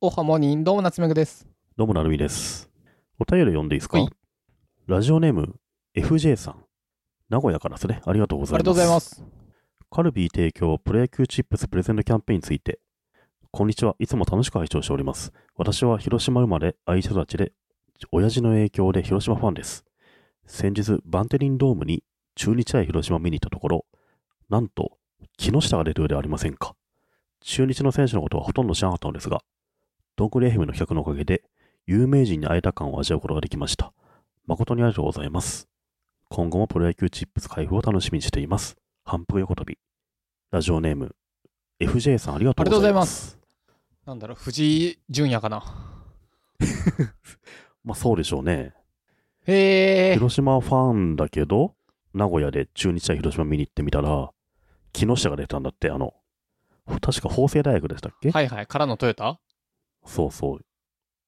おはモーニン、どうも、夏目ぐです。どうもなるみです。お便り読んでいいですか、はいラジオネーム FJ さん。名古屋からですね。ありがとうごあざりがいます。とうございます。カルビー提供プロ野球チップスプレゼントキャンペーンについて。こんにちは。いつも楽しく拝聴しております。私は広島生まれ、愛人たちで、親父の影響で広島ファンです。先日、バンテリンドームに中日対広島見に行ったところ、なんと、木下が出るようではありませんか。中日の選手のことはほとんど知らなかったのですが、ドンクリ FM の企画のおかげで、有名人に会えた感を味わうことができました。誠にありがとうございます。今後もプロ野球チップス開封を楽しみにしています。反復横跳び。ラジオネーム、FJ さんありがとうございます。なんだろう、藤井純也かな。まあそうでしょうね。へえ。広島ファンだけど、名古屋で中日対広島見に行ってみたら、木下が出たんだって、あの、確か法政大学でしたっけ、はいはい、からのトヨタそうそう。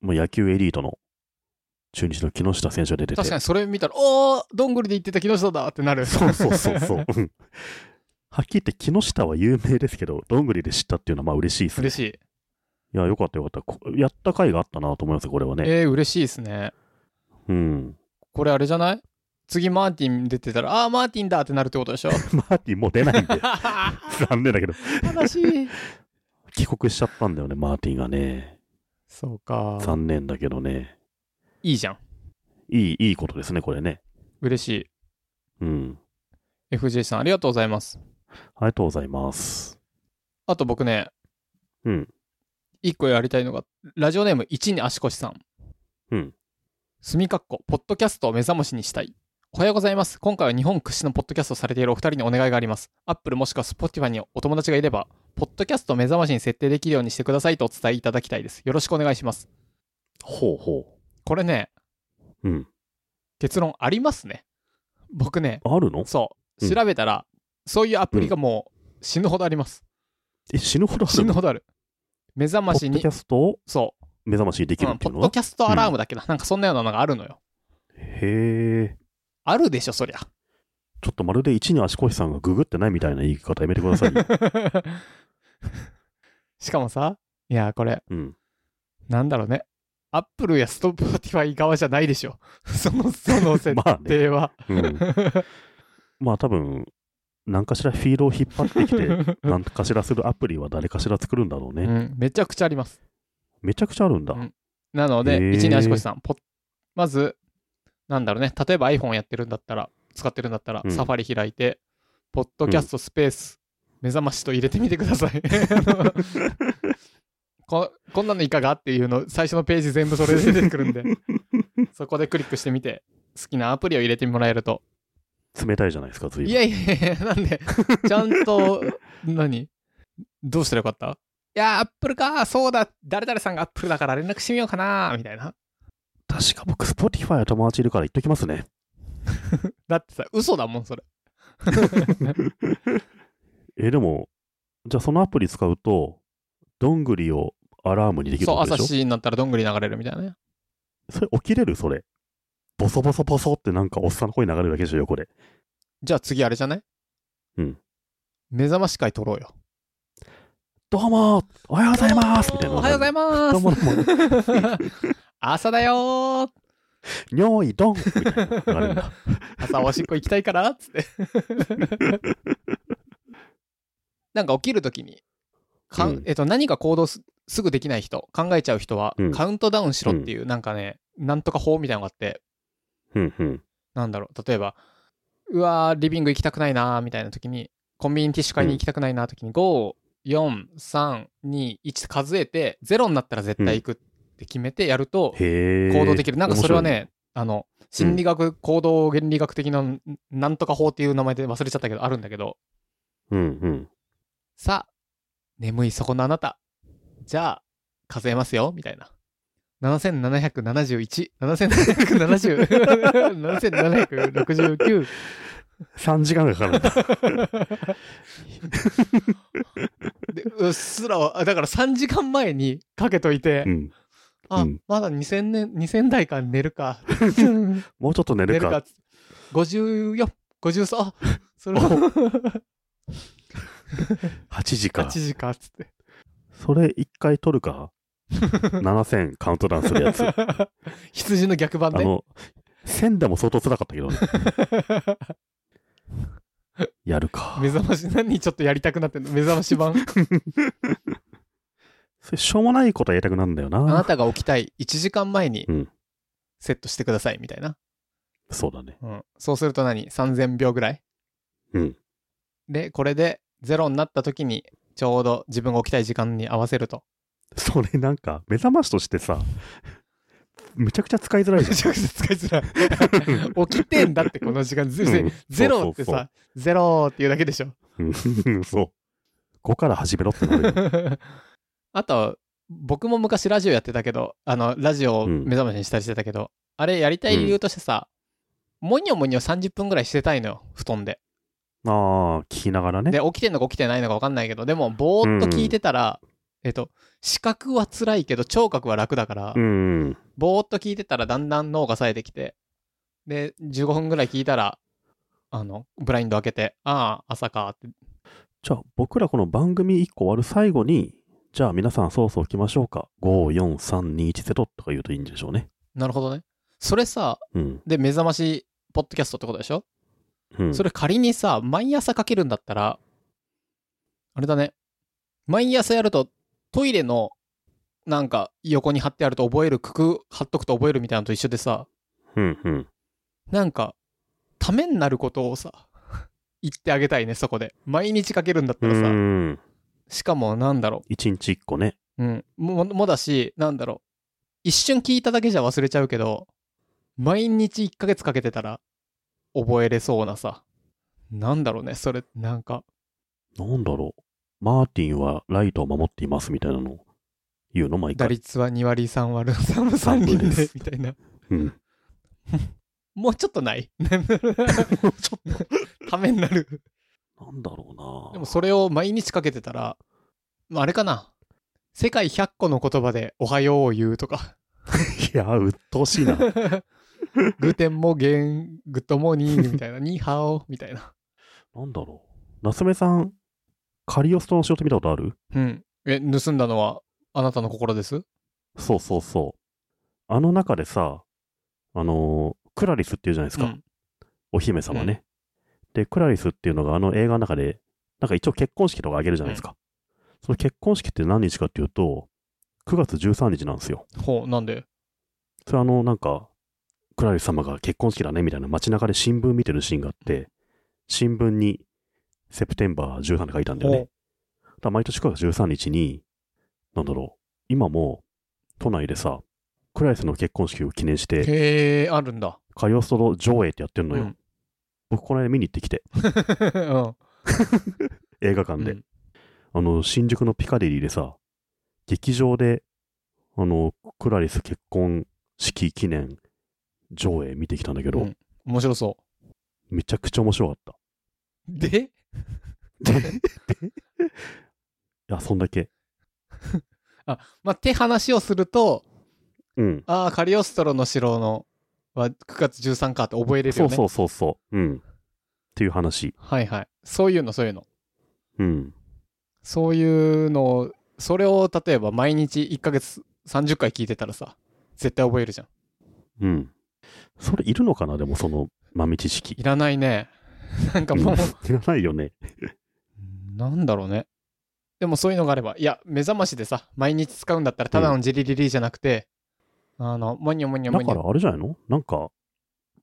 もう野球エリートの中日の木下選手が出てて。確かにそれ見たら、おー、どんぐりで言ってた木下だってなる。そうそうそうそう。うんはっきり言って木下は有名ですけど、どんぐりで知ったっていうのはまあ嬉しいですね。 嬉しい。いや、よかったよかったこ。やった回があったなと思いますよこれはね。えー、嬉しいですね。うん。これあれじゃない次マーティン出てたら、あー、マーティンだってなるってこと でしょ。マーティンもう出ないんで 悲残念だけど。しい。帰国しちゃったんだよね、マーティンがね。そうか。残念だけどね。いいじゃん。いい、いいことですね、これね。嬉しうん。い。FJ さん、ありがとうございます。ありがとうございます。あと僕ね、うん。一個やりたいのが、ラジオネーム1に足腰さん。うん。墨かっこ、ポッドキャストを目覚ましにしたい。おはようございます。今回は日本屈指のポッドキャストをされているお二人にお願いがあります。Apple もしくは Spotify にお友達がいれば、ポッドキャストを目覚ましに設定できるようにしてくださいとお伝えいただきたいです。よろしくお願いします。ほうほこれね、う。うん。結論ありますね。僕ね、あるのそう、うん調べたら、そういうアプリがもう死ぬほどあります。え、死ぬほどあ死るぬのほどある。目覚ポましッドにキ、ャストをそ目覚ましにでう、きるうっんてポいうッのドはキャストアラームだっけな、なんかそんなようなのがあるのよ。へえ。あるでしょ、そりゃ。ちょっとまるで一に足腰さんがググってないみたいな言い方やめてく ださいよ。 しかもさ、いや、これ、うん。なんだろうね。アップルやストップティファイ側じゃないでしょ。 その、その設まあね。定 は。うん。まあ多分、何かしらフィードを引っ張って きて、何かしらするアプリは誰かしら作るんだろうね。うん、めちゃくちゃあります。めちゃくちゃあるんだ。うんなので、へー一に足腰さん、ポッまず、なんだろうね。例えば iPhone やってるんだったら、使ってるんだったら、うんサファリ開いて、ポッドキャストスペース、目覚ましと入れてみてくださ い。ここんなのいかがっていうの、最初のページ全部それで出てくるんで。そこでクリックしてみて、好きなアプリを入れてもらえると。冷たいじゃないですか、随い分。やいやいや、なんで、ちゃんと、何どうしたらよかったいやー、アップルか、そうだ、誰々さんがアップルだから連絡してみようかな、みたいな。確か僕、Spotify は友達いるから言っときますね。だってさ、嘘だもん、それ。え、でも、じゃあそのアプリ使うと、どんぐりをアラームにできるそう、って朝こと7でしょ時になったらどんぐり流れるみたいなね。それ起きれるそれ。ボソボソボソってなんかおっさんの声流れるだけでしょ、横で。じゃあ次あれじゃないうん。目覚まし会取ろうよ。どうもーおはようございますみたいな。おはようございますどうもどうも。 朝だよーにょーいどんみたいなの流れる んだ。朝おしっこ行きたいからつって。 なんか起きるときに、かんうんえっと、何か行動すすぐできない人、考えちゃう人は、うんカウントダウンしろっていう、なんかね、なんとか法みたいなのがあって、うんうん。なんだろう、例えば、うわー、リビング行きたくないなーみたいなときに、コンビニティッシュ買いに行きたくないなーときに、5、4、3、2、1数えて、0になったら絶対行くって決めてやると、へえ。行動できる。なんかそれはね、あの、心理学、行動原理学的な、なんとか法っていう名前で忘れちゃったけど、あるんだけど、面白いね。うんうん。さあ、眠いそこのあなた。じゃあ、数えますよ、みたいな。7771、7770、7769。 3時間がかかるんだ。 で、うっすらは、あだから3時間前にかけといて、うん。あ、うんまだ2000年、2000台間寝る か。もうちょっと寝出るるかか。54、53、あ、それおは8時8か。時かっつって。 それ1回取るか。 7000カウントダウンするやつ。あ羊の逆版ね。の、1000でも相当辛かったけどね、やるか。 目覚まし、何ちょっとやりたくなってんの目覚まし 版。それしょうもないことはやりたくなるんだよあなな。たが起きたい1時間前にうんセットしてくださいみたいな。そうだね。うん、そうすると何 ?3000 秒ぐらいうん。で、これでゼロになった時にちょうど自分が起きたい時間に合わせると。それなんか、目覚ましとしてさ、めちゃくちゃ使いづらいめ じゃちゃん。くちゃ使いづらい。起きてんだってこの時間。ずうんゼロってそうそうさ、ゼロっていうだけでしょ。 うんそう。5から始めろってなるよあと、僕も昔ラジオやってたけど、あの、ラジオを目覚ましにしたりしてたけど、あれやりたい理由としてさ、もにょもにょ30分ぐらいしてたいのよ、布団で。 ああ、聞きながらね。で、起きてんのか起きてないのか分かんないけど、でも、ぼーっと聞いてたら、えっと、視覚は辛いけど、聴覚は楽だから、うん。ぼーっと聞いてたらだんだん脳が冴えてきて、で、15分ぐらい聞いたら、あの、ブラインド開けて、ああ、朝かって。じゃあ、僕らこの番組1個終わる最後に、じゃあ皆さんそうそう来ましょうか。5、4、3、2、1、ゼロとか言うといいんでしょうね。なるほどね。それさ、うん。で、目覚まし、ポッドキャストってことでしょうん、それ仮にさ、毎朝かけるんだったら、あれだね。毎朝やると、トイレの、なんか、横に貼ってあると覚える、くく、貼っとくと覚えるみたいなのと一緒でさ、うんうん。なんか、ためになることをさ、 言ってあげたいね、そこで。毎日かけるんだったうらさ、ん。しかも、なんだろ1日1個ね。う。うん。も、もだし、なんだろう。一瞬聞いただけじゃ忘れちゃうけど、毎日1ヶ月かけてたら、覚えれそうなさ。なんだろうね、それ、なんか、なんだろう。マーティンはライトを守っていますみたいなのを言うの毎打回。率は2割3割3分3人でみたいな。うん。 もうちょっとない もうちょっためになる。と。なんだろうでな。もそれを毎日かけてたら、まああれかな。世界100個の言葉でおはようを言うとか。いや、うっとうしいな。グーテンモーゲン、グッドモーニングみたいな。ニーハオみたいな。なんだろう。夏目さん、カリオストの仕事見たことあるうん。え、盗んだのはあなたの心ですそうそうそう。あの中でさ、あのークラリスっていうじゃないですか。うんお姫様ね、で、クラリスっていうのがあの映画の中で、なんか一応結婚式とかあげるじゃないですか。その結婚式って何日かっていうと、9月13日なんですよ。ほう、なんでそれあの、なんか、クラリス様が結婚式だねみたいな街中で新聞見てるシーンがあって、新聞に、セプテンバー13って書いたんだよね。ほうだから毎年9月13日に、なんだろう、今も都内でさ、クラリスの結婚式を記念して、へえ、あるんだ。カリオストロ上映ってやってるのよ。うん僕、この間見に行ってきて、映画う館ん。で、あの、新宿のピカデリーでさ、劇場で、あの、クラリス結婚式記念上映見てきたんだけど、うん面白そめちゃくちゃ面白かった。う。でいや、そんだけ。まあ、って話をすると、うん。ああ、カリオストロの城のは9月13かって覚えれるそようね。そうそうそう。うん。っていう話。はいはい。そういうの、そういうの。うん。そういうのを、それを例えば毎日1ヶ月30回聞いてたらさ、絶対覚えるじゃん。うん。それいるのかなでもその豆知識い。らないね。 なんかうんもう、いらないよね。なんだろうね。でもそういうのがあれば、いや、目覚ましでさ、毎日使うんだったらただのジリリリじゃなくて、あの、もにょもにょだもかにらょ。あれじゃないのなんか、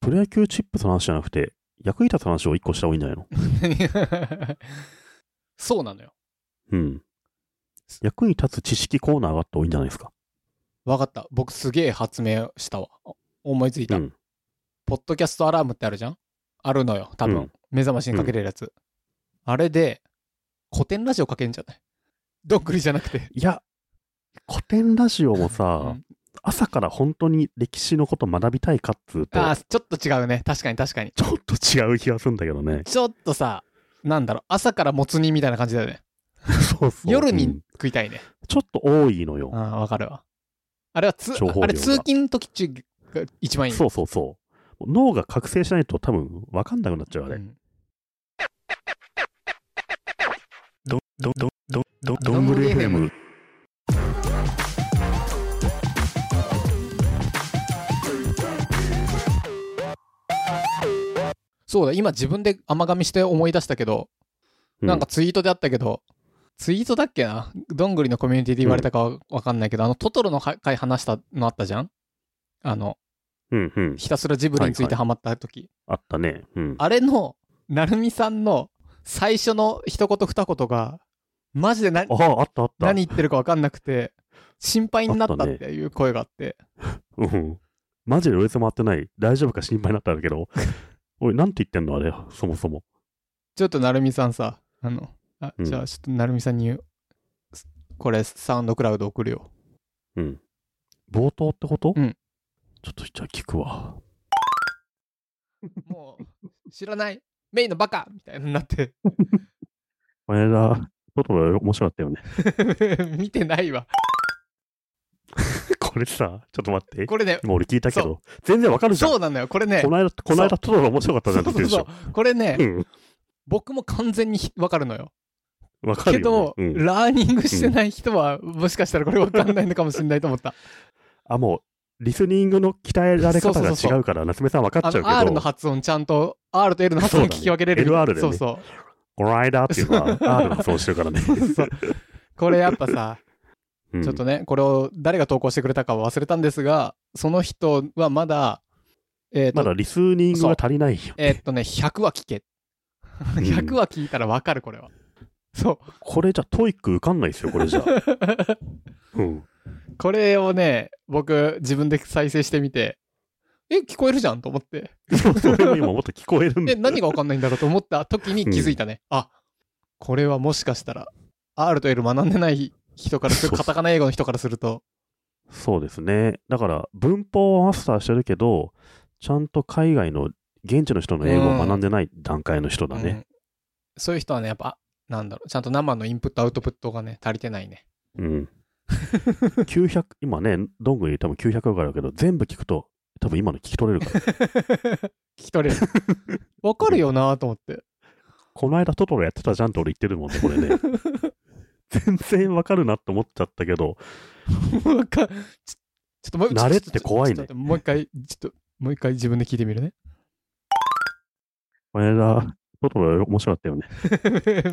プロ野球チップスの話じゃなくて、役に立つ話を一個した方がいいんじゃないの そうなのよ。うん。役に立つ知識コーナーがあった方がいいんじゃないですか。わかった。僕すげえ発明したわ。思いついた。うん。ポッドキャストアラームってあるじゃんあるのよ、多分。うん目覚ましにかけれるやつ。あれで、古典ラジオかけんじゃないどっくりじゃなくて。いや、古典ラジオもうさ、ん朝から本当に歴史のこと学びたいかっつうと、ああ、ちょっと違うね。確かに確かに。ちょっと違う気がするんだけ 。どねちょっとさ、なんだろう、朝からもつ煮みたいな感じだよね。そうそう。夜うにん食いたいね。ちょっと多いのよあ。あ、わかるわ。あれはつ、情報量があれ通勤の時中が一番いい。そうそうそう。脳が覚醒しないと多分分かんなくなっちゃうあれ。うんど、ど、ど、ど、ど、どんぶり FM。そうだ、今自分で甘噛みして思い出したけど、うなんか、ツイートであったけど、ツイートだっけなどんぐりのコミュニティで言われたかはわかんないけど、あの、トトロのは回話したのあったじゃんあの、うんうん。ひたすらジブリについてハマった時、あったね。うん。あれの、なるみさんの最初の一言二言が、マジでなああ、あったあった。何言ってるかわかんなくて、心配になったっていう声があって、うん。マジでロイツ回ってない。大丈夫か心配になったんだ けど。おい、なんて言ってんのあれ、そもそも。ちょっとなるみさんさ、あの、あうんじゃあちょっとなるみさんに言う、すこれサウンドクラウド送るよ。うん。冒頭ってことうん。ちょっと、じゃあ聞くわ。もう、知らない、メインのバカみたいになって、 この間、トトロ面白かったよ ね。見てないわ。これさ、ちょっと待って。これね、もう俺聞いたけど、全然わかるじゃん。そうなのよ、これねこ、の間、この間トトロ面白かったじそゃんってう言ってそうるでしそょ。う、これね、うん。僕も完全にひわかるのよ。わかけるどよ、、ね。うん。ラーニングしてない人は、もしかしたらこれわかんないのかもしれないと思 った。あ、もう、リスニングの鍛えられそうそ方うがそうそう違うから、夏目さんわかっちゃあうけの R のど、発音ちゃんと R と L の発音聞き分けれる。そうだね LR だよねそうそう。この間っていうの は R の発音してるからね。そうそうこれやっぱさ、うんちょっとね、これを誰が投稿してくれたかは忘れたんですが、その人はまだ、えっ、と、まだリスニングが足りないよ。えっとね、100は聞け。ん100は聞いたらわかる、これは。そう。 これじゃトイック受かんないですよ、これじゃ。うん。これをね、僕、自分で再生してみて、え、聞こえるじゃんと思って、そう、それも今もっと聞こえるんだえ、。何がわかんないんだろうと思った時に気づいたね。あ、これはもしかしたら、R と L 学んでない人からする、そうそカタうカナ英語の人からすると、そうですね。だから、文法をマスターしてるけど、ちゃんと海外の、現地の人の英語を学んでない段階の人だうね。んそういう人はね、やっぱ、なんだろう、ちゃんと生のインプット、アウトプットがね、足りてない ね。うん。900、今ね、どんぐり多分900ぐらいあるけど、全部聞くと、多分今の聞き取れるから。聞き取れる。わかるよなと思って。この間トトロやってたじゃんって俺言ってるもんね、これね。全然わかるなって思っちゃったけど、わかちょちょっともう慣れって怖いねちょっと待ってもう一回、ちょっと、もう一回自分で聞いてみるね。 この間、トトロ面白かったよね。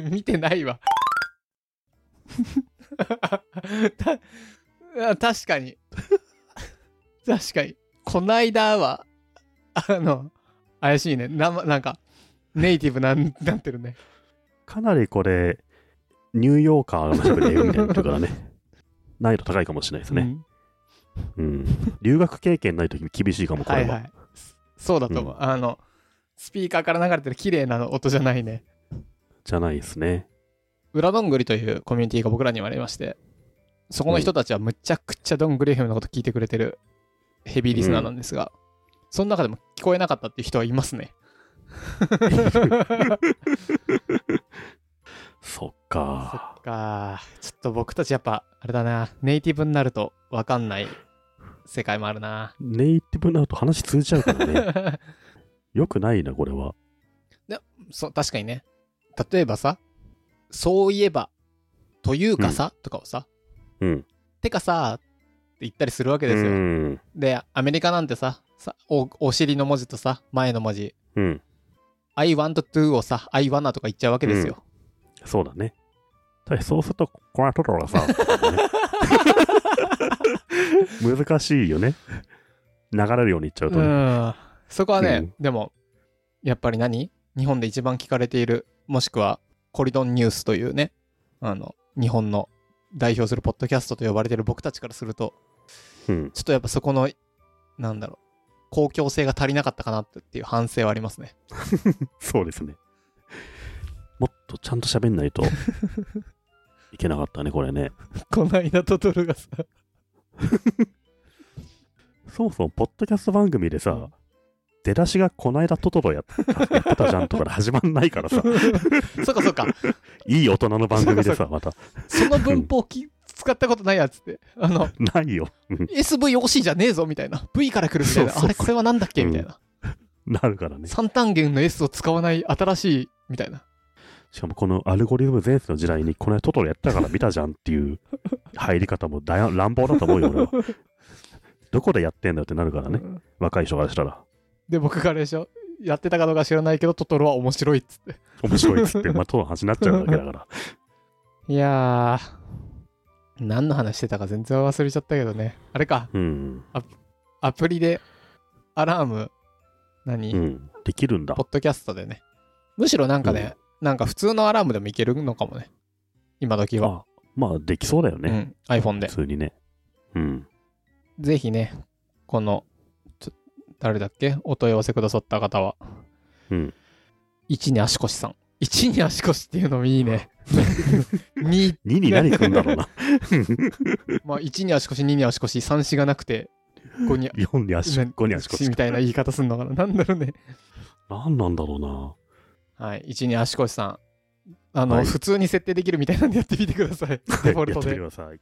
見てないわ。 たあ確かに。確かに。こないだは、あの、怪しいね。ななんか、ネイティブなんなってるね。かなりこれ、ニューヨーカーの喋り英語みたいになってるからね。 難易度高いかもしれないですね。うん。留学経験ないとき厳しいかうんも、こはれいは。はい。そうだと思う。あの、スピーカーから流れてる綺麗な音じゃないね。じゃないですね。裏どんぐりというコミュニティが僕らにはありまして、そこの人たちはむちゃくちゃどんぐり FM のこと聞いてくれてるヘビーリスナーなんですが、その中でも聞こえなかったっていう人はいますね。そっそか。っか、ちょっと僕たちやっぱ、あれだな、ネイティブになるとわかんない世界もある な。ネイティブになると話通じちゃうから ね。よくないな、これは。そう、確かにね。例えばさ、そういえば、というかさ、とかをさ、うん。てかさ、って言ったりするわけですよ。うん。で、アメリカなんてさ、さおお尻の文字とさ、前の文字、うん。 I want to をさ、I wanna とか言っちゃうわけですよ。そうだね。ただそうすると、このトトロが さ、難しいよね。流れるように言っちゃうとうね。ん。そこはね、うんでも、やっぱり何日本で一番聞かれている、もしくは、コリドンニュースというね、あの、日本の代表するポッドキャストと呼ばれている僕たちからすると、うん。ちょっとやっぱそこの、なんだろう、公共性が足りなかったかなっていう反省はありますね。 そうですね。もっとちゃんと喋 んないといけなかったね、これね。こないだトトルがさ、そもそも、ポッドキャスト番組でさ、うん出だしがこないだトトロやっ やってたじゃんとかで始まんない からさ、そっかそっか、いい大人の番組でそさ、また、その文法き使ったことないやつって、あの、ないよ。うん SVOC じゃねえぞみたいな V から来るみたいなそうそうそうあれこれはなんだっけみたいな、なるからね。三単元の S を使わない新しいみたいなしかも、このアルゴリズム前世の時代に、この間トトロやってたから見たじゃんっていう入り方もだや乱暴だと思うよ、俺 は。どこでやってんだよってなるからね、うん若い人からしたら。で僕からでしょやってたかどうか知らないけど、トトロは面白いっつって。面白いっつって、まあ、トロの話になっちゃうだけだから。いやー、何の話してたか全然忘れちゃったけどね。あれか、うん。アプリでアラーム、何、うん。できるんだポ。ッドキャストでね。むしろなんかね、なんか普通のアラームでもいけるのかもね。今時は。あまあ、できそうだようね。ん、iPhone で普。通にね。うん。ぜひね、この、ちょ誰だっけお問い合わせくださった方は。うん。 1に足腰さん。1に足腰っていうのもいい ね。2、 2に何来るんだろ うな。まあ1に足腰、2に足腰、3子がなくて、5に4に足、なん5に足腰み。たいな言い方すんのかな。なんだろうね。何なんだろうな。はい、1に足腰さん。あの、はい普通に設定できるみたいなんでやってみてください。デフォルトやってでみ。てください。